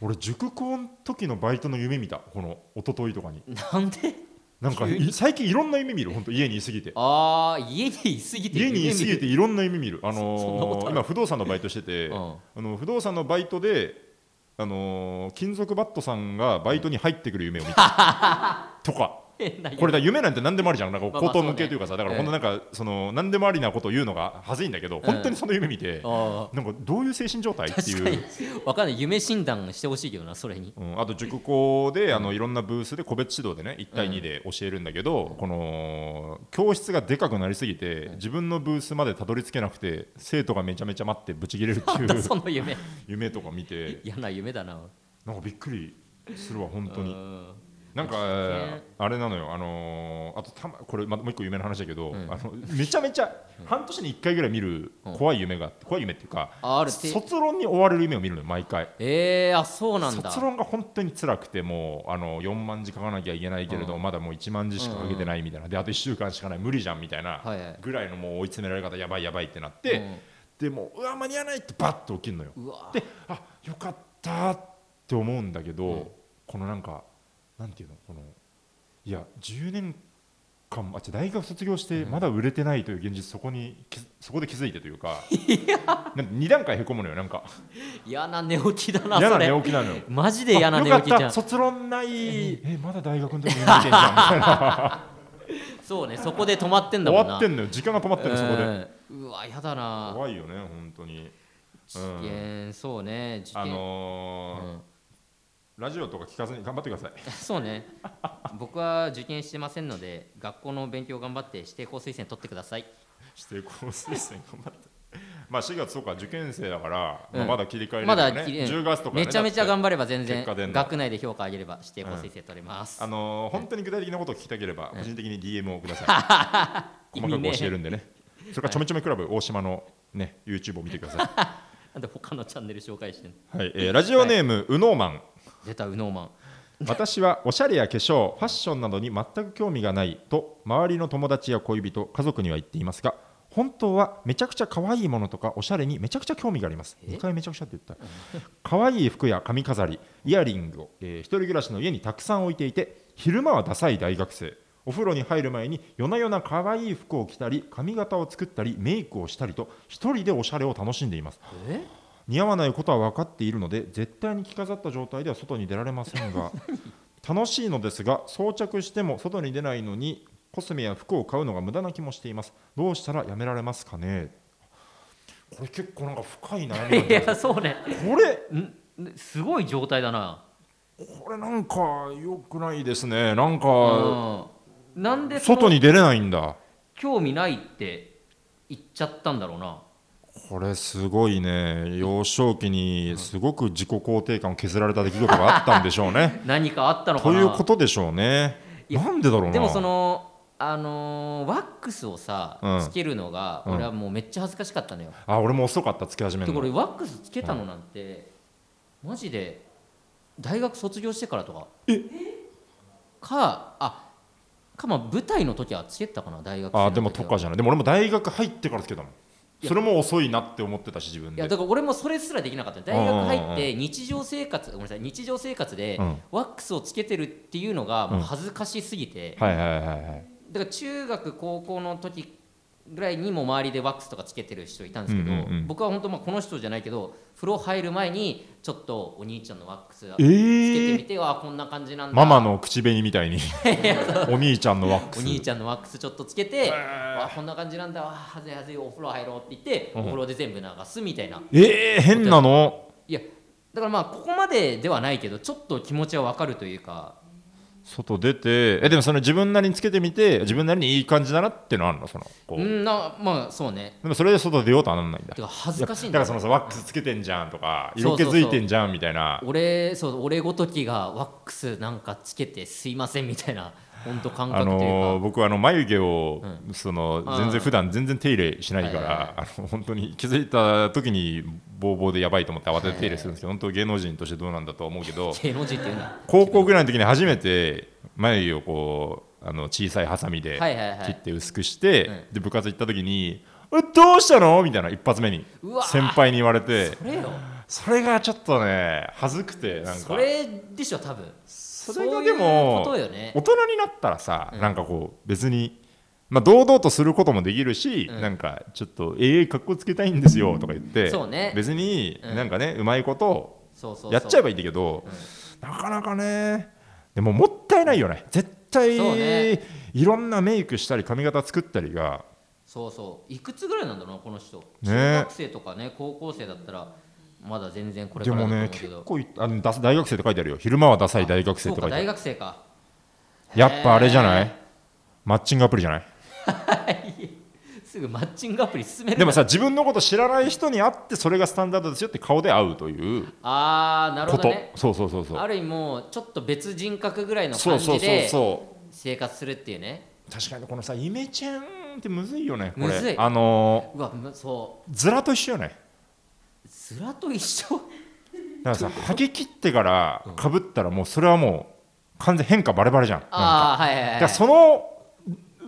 Speaker 2: 俺、塾校の時のバイトの夢見た、この一昨日とかに、
Speaker 1: なんで
Speaker 2: なんか
Speaker 1: 急
Speaker 2: い最近いろんな夢見る、本当、家にいすぎて。
Speaker 1: ああ家にいすぎて
Speaker 2: 家にいすぎていろんな夢見る、あ
Speaker 1: そんなことあ
Speaker 2: のー
Speaker 1: る
Speaker 2: 今不動産のバイトしてて、
Speaker 1: うん
Speaker 2: あの不動産のバイトで、あのー金属バットさんがバイトに入ってくる夢を見た とか
Speaker 1: 変な夢
Speaker 2: これだ夢なんて何でもありじゃんなんか
Speaker 1: まあまあ
Speaker 2: 高等無形というかさだから
Speaker 1: そう
Speaker 2: こ
Speaker 1: んね
Speaker 2: ななんかその何でもありなことを言うのが恥ずいんだけど本当にその夢見て
Speaker 1: あ
Speaker 2: なんかどういう精神状態
Speaker 1: あ
Speaker 2: ってい
Speaker 1: 確かに
Speaker 2: う。
Speaker 1: わかんない夢診断してほしいけどなそれ に
Speaker 2: うん、あと塾校で、あのいろんなブースで個別指導でね1対2で教えるんだけど、この教室がでかくなりすぎて、自分のブースまでたどり着けなくて生徒がめちゃめちゃ待ってブチ切れるってい
Speaker 1: なんだ
Speaker 2: う
Speaker 1: その夢
Speaker 2: 夢とか見て
Speaker 1: 嫌な夢だな
Speaker 2: なんかびっくりするわ本当
Speaker 1: う
Speaker 2: に
Speaker 1: ん
Speaker 2: なんか、
Speaker 1: ね
Speaker 2: あれなのよあのーあとたまこれまもう一個夢の話だけど、
Speaker 1: ん
Speaker 2: あのめちゃめちゃ半年に1回ぐらい見る
Speaker 1: うん
Speaker 2: 怖い夢があって怖い夢っていうか
Speaker 1: ああるって
Speaker 2: 卒論に追われる夢を見るのよ毎回。
Speaker 1: えー、あそうなんだ
Speaker 2: 卒論が本当に辛くてもうあの4万字書かなきゃいけないけれど、
Speaker 1: う
Speaker 2: まだもう1万字しか書けてないみたいな、であと1週間しかない無理じゃんみたいな
Speaker 1: はいはい
Speaker 2: ぐらいのもう追い詰められ方やばいやばいってなって、でもううわ間に合わないってバッと起きるのよ
Speaker 1: うんうわ
Speaker 2: であよかったって思うんだけど、
Speaker 1: うん
Speaker 2: このなんかなんていうのこのいや10年間あ違う大学卒業してまだ売れてないという現実そこにきそこで気づいてというか なんか2段階へこむのよなんか
Speaker 1: 嫌な寝起きだな
Speaker 2: 嫌
Speaker 1: そ
Speaker 2: な
Speaker 1: れ
Speaker 2: 寝起きなのよ
Speaker 1: マジで嫌な
Speaker 2: あ
Speaker 1: 寝
Speaker 2: よ
Speaker 1: 起き
Speaker 2: かっ
Speaker 1: じゃ
Speaker 2: た
Speaker 1: ん
Speaker 2: 卒論ないえまだ大学の時に見てんじゃんみたい な
Speaker 1: そうねそこで止まってんだ
Speaker 2: 終
Speaker 1: もんな
Speaker 2: わってんのよ時間が止まってるそこで
Speaker 1: うんうわ嫌だな
Speaker 2: 怖いよね本当に
Speaker 1: 事件そうね事件
Speaker 2: あの
Speaker 1: う
Speaker 2: ー
Speaker 1: ん
Speaker 2: ラジオとか聞かずに頑張ってください
Speaker 1: そうね僕は受験してませんので学校の勉強頑張って指定校推薦取ってください
Speaker 2: 指定校推薦頑張って まあ4月とか受験生だから、
Speaker 1: うん
Speaker 2: まあまだ切り替えれる
Speaker 1: まだ
Speaker 2: よね
Speaker 1: きれい
Speaker 2: 10月とか、ね、
Speaker 1: めちゃめちゃ
Speaker 2: だって
Speaker 1: 頑張れば全然
Speaker 2: 結果出んの
Speaker 1: 学内で評価上げれば指定校推薦取れます、
Speaker 2: あのー本当に具体的なことを聞きたければ、個人的に DM をくださ い
Speaker 1: 意味
Speaker 2: 細
Speaker 1: ね
Speaker 2: かく教えるんでねそれからちょめちょめクラブ大島のね YouTube を見てくださ
Speaker 1: なんで他のチャンネル紹介してんの
Speaker 2: い、はいえーラジオネーム、うのうまん
Speaker 1: 出たウノーマン
Speaker 2: 私はおしゃれや化粧、ファッションなどに全く興味がないと周りの友達や恋人、家族には言っていますが本当はめちゃくちゃ可愛いものとかおしゃれにめちゃくちゃ興味があります
Speaker 1: え
Speaker 2: 2回めちゃくちゃって言った可愛い服や髪飾り、イヤリングを、えー一人暮らしの家にたくさん置いていて昼間はダサい大学生お風呂に入る前に夜な夜な可愛い服を着たり髪型を作ったりメイクをしたりと一人でおしゃれを楽しんでいます
Speaker 1: え
Speaker 2: 似合わないことは分かっているので絶対に着飾った状態では外に出られませ んが楽しいのですが装着しても外に出ないのにコスメや服を買うのが無駄な気もしていますどうしたらやめられますかねこれ結構なんか深い悩みな ん
Speaker 1: い
Speaker 2: じゃない
Speaker 1: やそうね
Speaker 2: ですかこれ
Speaker 1: んんすごい状態だな
Speaker 2: これなんか良くないですねなんか
Speaker 1: うんなんでその
Speaker 2: 外に出れないんだ
Speaker 1: 興味ないって言っちゃったんだろうな
Speaker 2: これすごいね幼少期にすごく自己肯定感を削られた出来事があったんでしょうね
Speaker 1: 何かあったのか
Speaker 2: と
Speaker 1: な
Speaker 2: いうことでしょうね
Speaker 1: いや
Speaker 2: なんでだろうな
Speaker 1: でもそのあのーワックスをさ、
Speaker 2: うん
Speaker 1: つけるのが
Speaker 2: うん
Speaker 1: 俺はもうめっちゃ恥ずかしかったのよ、
Speaker 2: あ俺も遅かったつけ始め
Speaker 1: で
Speaker 2: る
Speaker 1: これ
Speaker 2: の
Speaker 1: ワックスつけたのなんて、マジで大学卒業してからとかかあかまあ舞台の時はつけてたかな大学生の時は
Speaker 2: あでもとかじゃないでも俺も大学入ってからつけたもん
Speaker 1: や
Speaker 2: それも遅いなって思ってたし自分
Speaker 1: いや
Speaker 2: で
Speaker 1: だから俺もそれすらできなかったの大
Speaker 2: うんうんうん
Speaker 1: 学入って日常生活ごめんなさい日常生活で
Speaker 2: うん
Speaker 1: ワックスをつけてるっていうのがもううん恥ずかしすぎて、
Speaker 2: はいはいはいはい
Speaker 1: だから中学高校の時ぐらいにも周りでワックスとかつけてる人いたんですけど、
Speaker 2: うんうんうん
Speaker 1: 僕は本当まあこの人じゃないけど風呂入る前にちょっとお兄ちゃんのワックスつけ
Speaker 2: え
Speaker 1: てみ
Speaker 2: ー
Speaker 1: ては、あこんな感じなんだ
Speaker 2: ママの口紅みたいにお兄ちゃんのワック
Speaker 1: お
Speaker 2: ス
Speaker 1: 兄ちゃんのワックスちょっとつけて、あこんな感じなんだわはずいはずいお風呂入ろうって言って、
Speaker 2: うん
Speaker 1: お風呂で全部流すみたいな
Speaker 2: えー、変なの
Speaker 1: いやだからまあここまでではないけどちょっと気持ちはわかるというか
Speaker 2: 外出てえでもその自分なりにつけてみて自分なりにいい感じだなってのあるのそのこ
Speaker 1: う
Speaker 2: うん
Speaker 1: なまあそうね
Speaker 2: でもそれで外出ようとはなんないんだ
Speaker 1: てか恥ずかしいん
Speaker 2: だ
Speaker 1: だ
Speaker 2: か
Speaker 1: よ
Speaker 2: らそのさワックスつけてんじゃんとか
Speaker 1: そう
Speaker 2: 色
Speaker 1: そ
Speaker 2: 気
Speaker 1: うそう
Speaker 2: づいてんじゃんみたいな
Speaker 1: 俺そう俺ごときがワックスなんかつけてすいませんみたいな本当感覚
Speaker 2: あ
Speaker 1: というか、
Speaker 2: のー僕はあの眉毛を、
Speaker 1: う
Speaker 2: その
Speaker 1: あー
Speaker 2: 全然普段全然手入れしないから、
Speaker 1: はいはい
Speaker 2: あの本当に気づいた時にボーボーでやばいと思って慌てて手入れするんですけど、本当芸能人としてどうなんだとは思うけど
Speaker 1: 芸能人っていうのは
Speaker 2: 高校ぐらいの時に初めて眉毛をこうあの小さいハサミで
Speaker 1: はいはいはい
Speaker 2: 切って薄くして、
Speaker 1: うん
Speaker 2: で部活行った時に「えどうしたの?」みたいな一発目に
Speaker 1: うわー
Speaker 2: 先輩に言われて
Speaker 1: それよ
Speaker 2: それがちょっとね恥ずくてなんか
Speaker 1: それでしょ多分
Speaker 2: それがでも
Speaker 1: そういうことよね
Speaker 2: 大人になったらさ、なんかこう別に、まあ、堂々とすることもできるし、
Speaker 1: うん
Speaker 2: なんかちょっとええかっこつけたいんですよとか言って、
Speaker 1: そうね
Speaker 2: 別に
Speaker 1: うん
Speaker 2: なんかね、うまいこと
Speaker 1: そうそうそう
Speaker 2: やっちゃえばいいんだけど、なかなかねでももったいないよね絶対
Speaker 1: そうね
Speaker 2: いろんなメイクしたり髪型作ったりが
Speaker 1: そうそういくつぐらいなんだろうなこの人
Speaker 2: え
Speaker 1: 中学生とかね高校生だったらまだ全然これ
Speaker 2: で
Speaker 1: からだ
Speaker 2: も
Speaker 1: と思う
Speaker 2: ね
Speaker 1: け
Speaker 2: 結
Speaker 1: ど
Speaker 2: 構いあのダサ大学生って書いてあるよ昼間はダサい大学生
Speaker 1: そ
Speaker 2: っ
Speaker 1: う
Speaker 2: て
Speaker 1: か
Speaker 2: 書いてあ
Speaker 1: 大
Speaker 2: る
Speaker 1: 学生か
Speaker 2: やっぱあれじゃな
Speaker 1: へ
Speaker 2: いマッチングアプリじゃない
Speaker 1: すぐマッチングアプリ進める
Speaker 2: でもさ自分のこと知らない人に会ってそれがスタンダードですよって顔で会うという
Speaker 1: ああなる
Speaker 2: こ
Speaker 1: ほ
Speaker 2: と、
Speaker 1: どね
Speaker 2: そうそうそうそう
Speaker 1: ある意味もうちょっと別人格ぐらいの
Speaker 2: そ
Speaker 1: 感
Speaker 2: うそう
Speaker 1: じ
Speaker 2: そう
Speaker 1: で
Speaker 2: そう
Speaker 1: 生活するっていうね
Speaker 2: 確かにこのさイメチェンってむずいよねこれ
Speaker 1: むずい
Speaker 2: あの
Speaker 1: うわむそ
Speaker 2: ーズラと一緒よね
Speaker 1: うずらと一緒
Speaker 2: だからさはげ切ってからかぶったらもうそれはもう完全変化バレバレじゃんなんか
Speaker 1: ああはいはいは
Speaker 2: だ
Speaker 1: い
Speaker 2: からその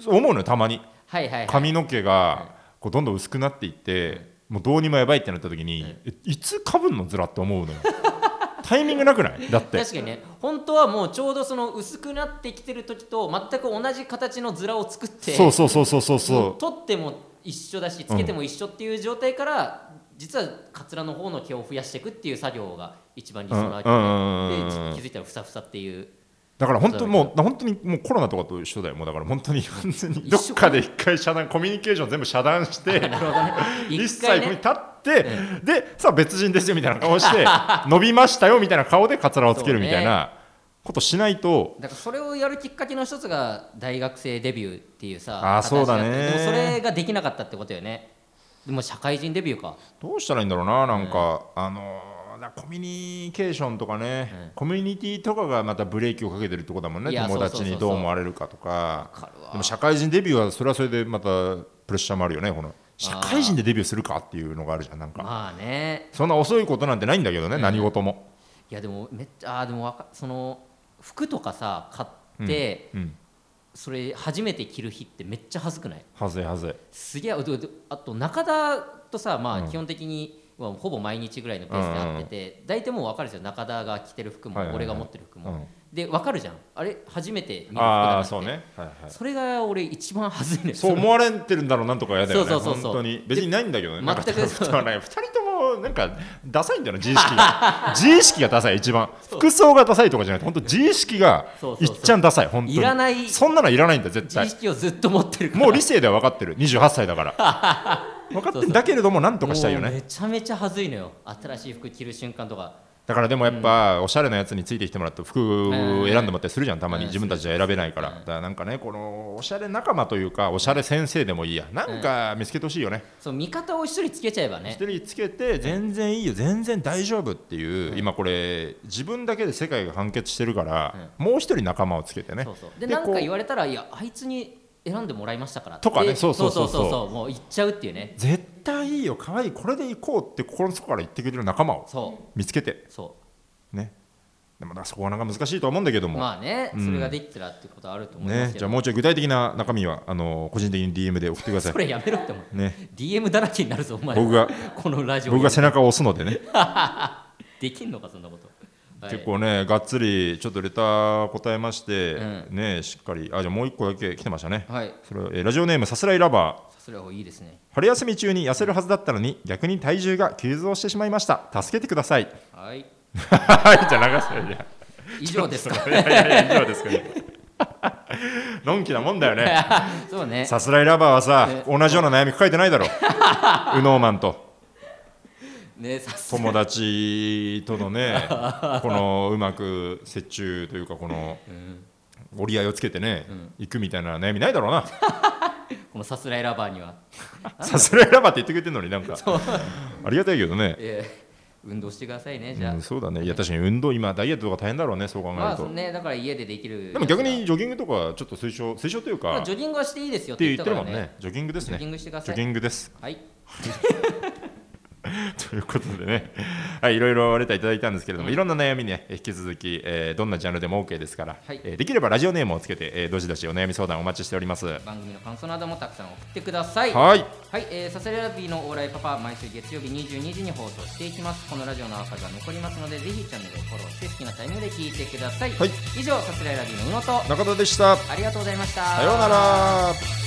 Speaker 2: 思うのよたまに
Speaker 1: はいはいはい
Speaker 2: 髪の毛がこうどんどん薄くなっていってもうどうにもやばいってなった時にえいつかぶんのズラって思うのよタイミングなくないだって
Speaker 1: 確かにね本当はもうちょうどその薄くなってきてる時と全く同じ形のズラを作って
Speaker 2: そうそうそうそうそうそう
Speaker 1: 取っても一緒だしつけても一緒っていう状態から、実はカツラの方の毛を増やしていくっていう作業が一番理想なわけで,、
Speaker 2: うんうんうんうんうん
Speaker 1: で気づいたらふさふさって いう
Speaker 2: だから本当もう本当にもうコロナとかと一緒だよもうだから本当に完全に
Speaker 1: 一
Speaker 2: ど
Speaker 1: 緒
Speaker 2: っかで一回遮断コミュニケーション全部遮断 して
Speaker 1: なるほどね
Speaker 2: 一
Speaker 1: 一
Speaker 2: 切
Speaker 1: 回
Speaker 2: ここに
Speaker 1: ね
Speaker 2: 立って、でさあ別人ですよみたいな顔して伸びましたよみたいな顔でカツラをつけるみたいなことしないと、
Speaker 1: だからそれをやるきっかけの一つが大学生デビューっていうさ
Speaker 2: あーそうだ
Speaker 1: 形
Speaker 2: ね
Speaker 1: ったでもそれができなかったってことよねでも社会人デビューか
Speaker 2: どうしたらいいんだろうななんか、あのーだコミュニケーションとかね、コミュニティとかがまたブレーキをかけてるってことだもんね
Speaker 1: いや
Speaker 2: 友達
Speaker 1: そうそうそ
Speaker 2: に
Speaker 1: うそう
Speaker 2: どう思われるかとか
Speaker 1: わかるわ
Speaker 2: でも社会人デビューはそれはそれでまたプレッシャーもあるよねこの社会人でデビューするかっていうのがあるじゃんなんか、
Speaker 1: まあね
Speaker 2: そんな遅いことなんてないんだけどね、何事も、
Speaker 1: いやでもめっちゃあーでもわかその服とかさ買って、
Speaker 2: うん、
Speaker 1: それ初めて着る日ってめっちゃ恥ずくない
Speaker 2: はずいはずい
Speaker 1: すげえうどうどうあと中田とさまあ基本的に、まあほぼ毎日ぐらいのペースで会ってて、大体もう分かるじゃん中田が着てる服も、
Speaker 2: はいはいはい
Speaker 1: 俺が持ってる服も、
Speaker 2: うん
Speaker 1: で分かるじゃんあれ初めて見る服だ
Speaker 2: あ
Speaker 1: な
Speaker 2: あ
Speaker 1: って
Speaker 2: そうねはいはい
Speaker 1: それが俺一番恥ずいね
Speaker 2: そう思われてるんだろうなんとか嫌だよね
Speaker 1: そうそうそうそう
Speaker 2: 本当に別にないんだけどね
Speaker 1: 全く
Speaker 2: なんかそう はない2人ともなんかダサいんだよな自意識が 自意識がダサい一番服装がダサいとかじゃなくて本当自意識が
Speaker 1: そうそ
Speaker 2: いうっ
Speaker 1: そう
Speaker 2: ちゃんダサい本当に
Speaker 1: いらない
Speaker 2: そんなのいらないんだよ絶
Speaker 1: 自意
Speaker 2: 対
Speaker 1: 識をずっと持ってるから
Speaker 2: もう理性では分かってる28歳だから 分かってんだけれどもなんとかしたいよ
Speaker 1: もう
Speaker 2: ね
Speaker 1: めちゃめちゃ恥ずいのよ新しい服着る瞬間とか
Speaker 2: だからでもやっぱおしゃれなやつについてきてもらって服を選んでもらったりするじゃんたまに
Speaker 1: うん
Speaker 2: 自分たちじゃ選べないからだからなんかねこのおしゃれ仲間というかおしゃれ先生でもいいやなんか見つけてほしいよね
Speaker 1: そう味方を一人つけちゃえばね
Speaker 2: 一人つけて全然いいよ全然大丈夫っていう今これ自分だけで世界が完結してるからもう一人仲間をつけてね
Speaker 1: そうそうで
Speaker 2: で
Speaker 1: なん
Speaker 2: こ
Speaker 1: か
Speaker 2: う
Speaker 1: 言われたらいやあいつに選んでもらいましたから
Speaker 2: とかね
Speaker 1: で
Speaker 2: そうそうそうそう
Speaker 1: そうそうもう言っちゃうっていうね
Speaker 2: 絶対いいよ可愛いこれで行こうって心の底から言ってくれる仲間を
Speaker 1: そ
Speaker 2: 見つけて
Speaker 1: うそ
Speaker 2: ねでもだからそこはなかなか難しいとは思うんだけど
Speaker 1: う
Speaker 2: も
Speaker 1: まあね
Speaker 2: ん
Speaker 1: それができたらってことはあると思いま
Speaker 2: ね
Speaker 1: すけ
Speaker 2: じ
Speaker 1: ど、
Speaker 2: ゃあもうちょい具体的な中身はあの個人的に DM で送ってください
Speaker 1: それやめろって思う
Speaker 2: ね
Speaker 1: DM だらけになるぞお前
Speaker 2: 僕が
Speaker 1: このラジオ
Speaker 2: 僕が背中を押すのでね、
Speaker 1: できんのかそんなこと、はい
Speaker 2: 結構ねがっつりちょっとレター答えまして、
Speaker 1: うん
Speaker 2: ねしっかりあじゃあもう一個だけ来てましたね、
Speaker 1: はい
Speaker 2: それはえーラジオネームさすらいラバー
Speaker 1: それはいいですね
Speaker 2: 春休み中に痩せるはずだったのに逆に体重が急増してしまいました助けてください
Speaker 1: はい
Speaker 2: はいじゃあ流せいや
Speaker 1: 以上ですか
Speaker 2: いやいやいや以上ですけ どのんきなもんだよね
Speaker 1: そうね
Speaker 2: さすらいラバーはさ
Speaker 1: ね
Speaker 2: 同じような悩み抱えてない だろうノーマンと
Speaker 1: ねさす
Speaker 2: 友達とのね このうまく折衷というかこの折り合いをつけてね、行くみたいな悩みないだろうな
Speaker 1: このさすらいラバーには
Speaker 2: さすらいラバーって言ってくれてるのになんかありがたいけどね、
Speaker 1: ええ運動してくださいねじゃあ、
Speaker 2: うん、そうだねいや確かに運動今ダイエットとか大変だろうねそう考えると、
Speaker 1: まあそのねだから家でできる
Speaker 2: でも逆にジョギングとかちょっと推奨推奨という
Speaker 1: まあ
Speaker 2: か
Speaker 1: ジョギングはしていいですよっ
Speaker 2: って
Speaker 1: 言
Speaker 2: て
Speaker 1: っ
Speaker 2: 言
Speaker 1: た
Speaker 2: っ
Speaker 1: か
Speaker 2: てる
Speaker 1: ら
Speaker 2: もんね
Speaker 1: ね
Speaker 2: ジョギングです
Speaker 1: ジョギン
Speaker 2: ね
Speaker 1: グしてくだ
Speaker 2: ジ
Speaker 1: さ
Speaker 2: ョギ
Speaker 1: い
Speaker 2: ングです
Speaker 1: はい
Speaker 2: ということでね、はい、いろいろレターいただいたんですけれども、いろんな悩みね、引き続き、えーどんなジャンルでも OK ですから、
Speaker 1: はい
Speaker 2: えーできればラジオネームをつけて、えーどしどしお悩み相談お待ちしております。は
Speaker 1: 番組の感想などもたくさん送ってください
Speaker 2: い、
Speaker 1: はい、えー、ササレラビーのオーライパパ毎週月曜日22時に放送していきますこのラジオのアーカイブは残りますのでぜひチャンネルをフォローして好きなタイミングで聞いてください、
Speaker 2: はい
Speaker 1: 以上ササレラビーの宇野と
Speaker 2: 中田でした。
Speaker 1: ありがとうございました
Speaker 2: さようなら。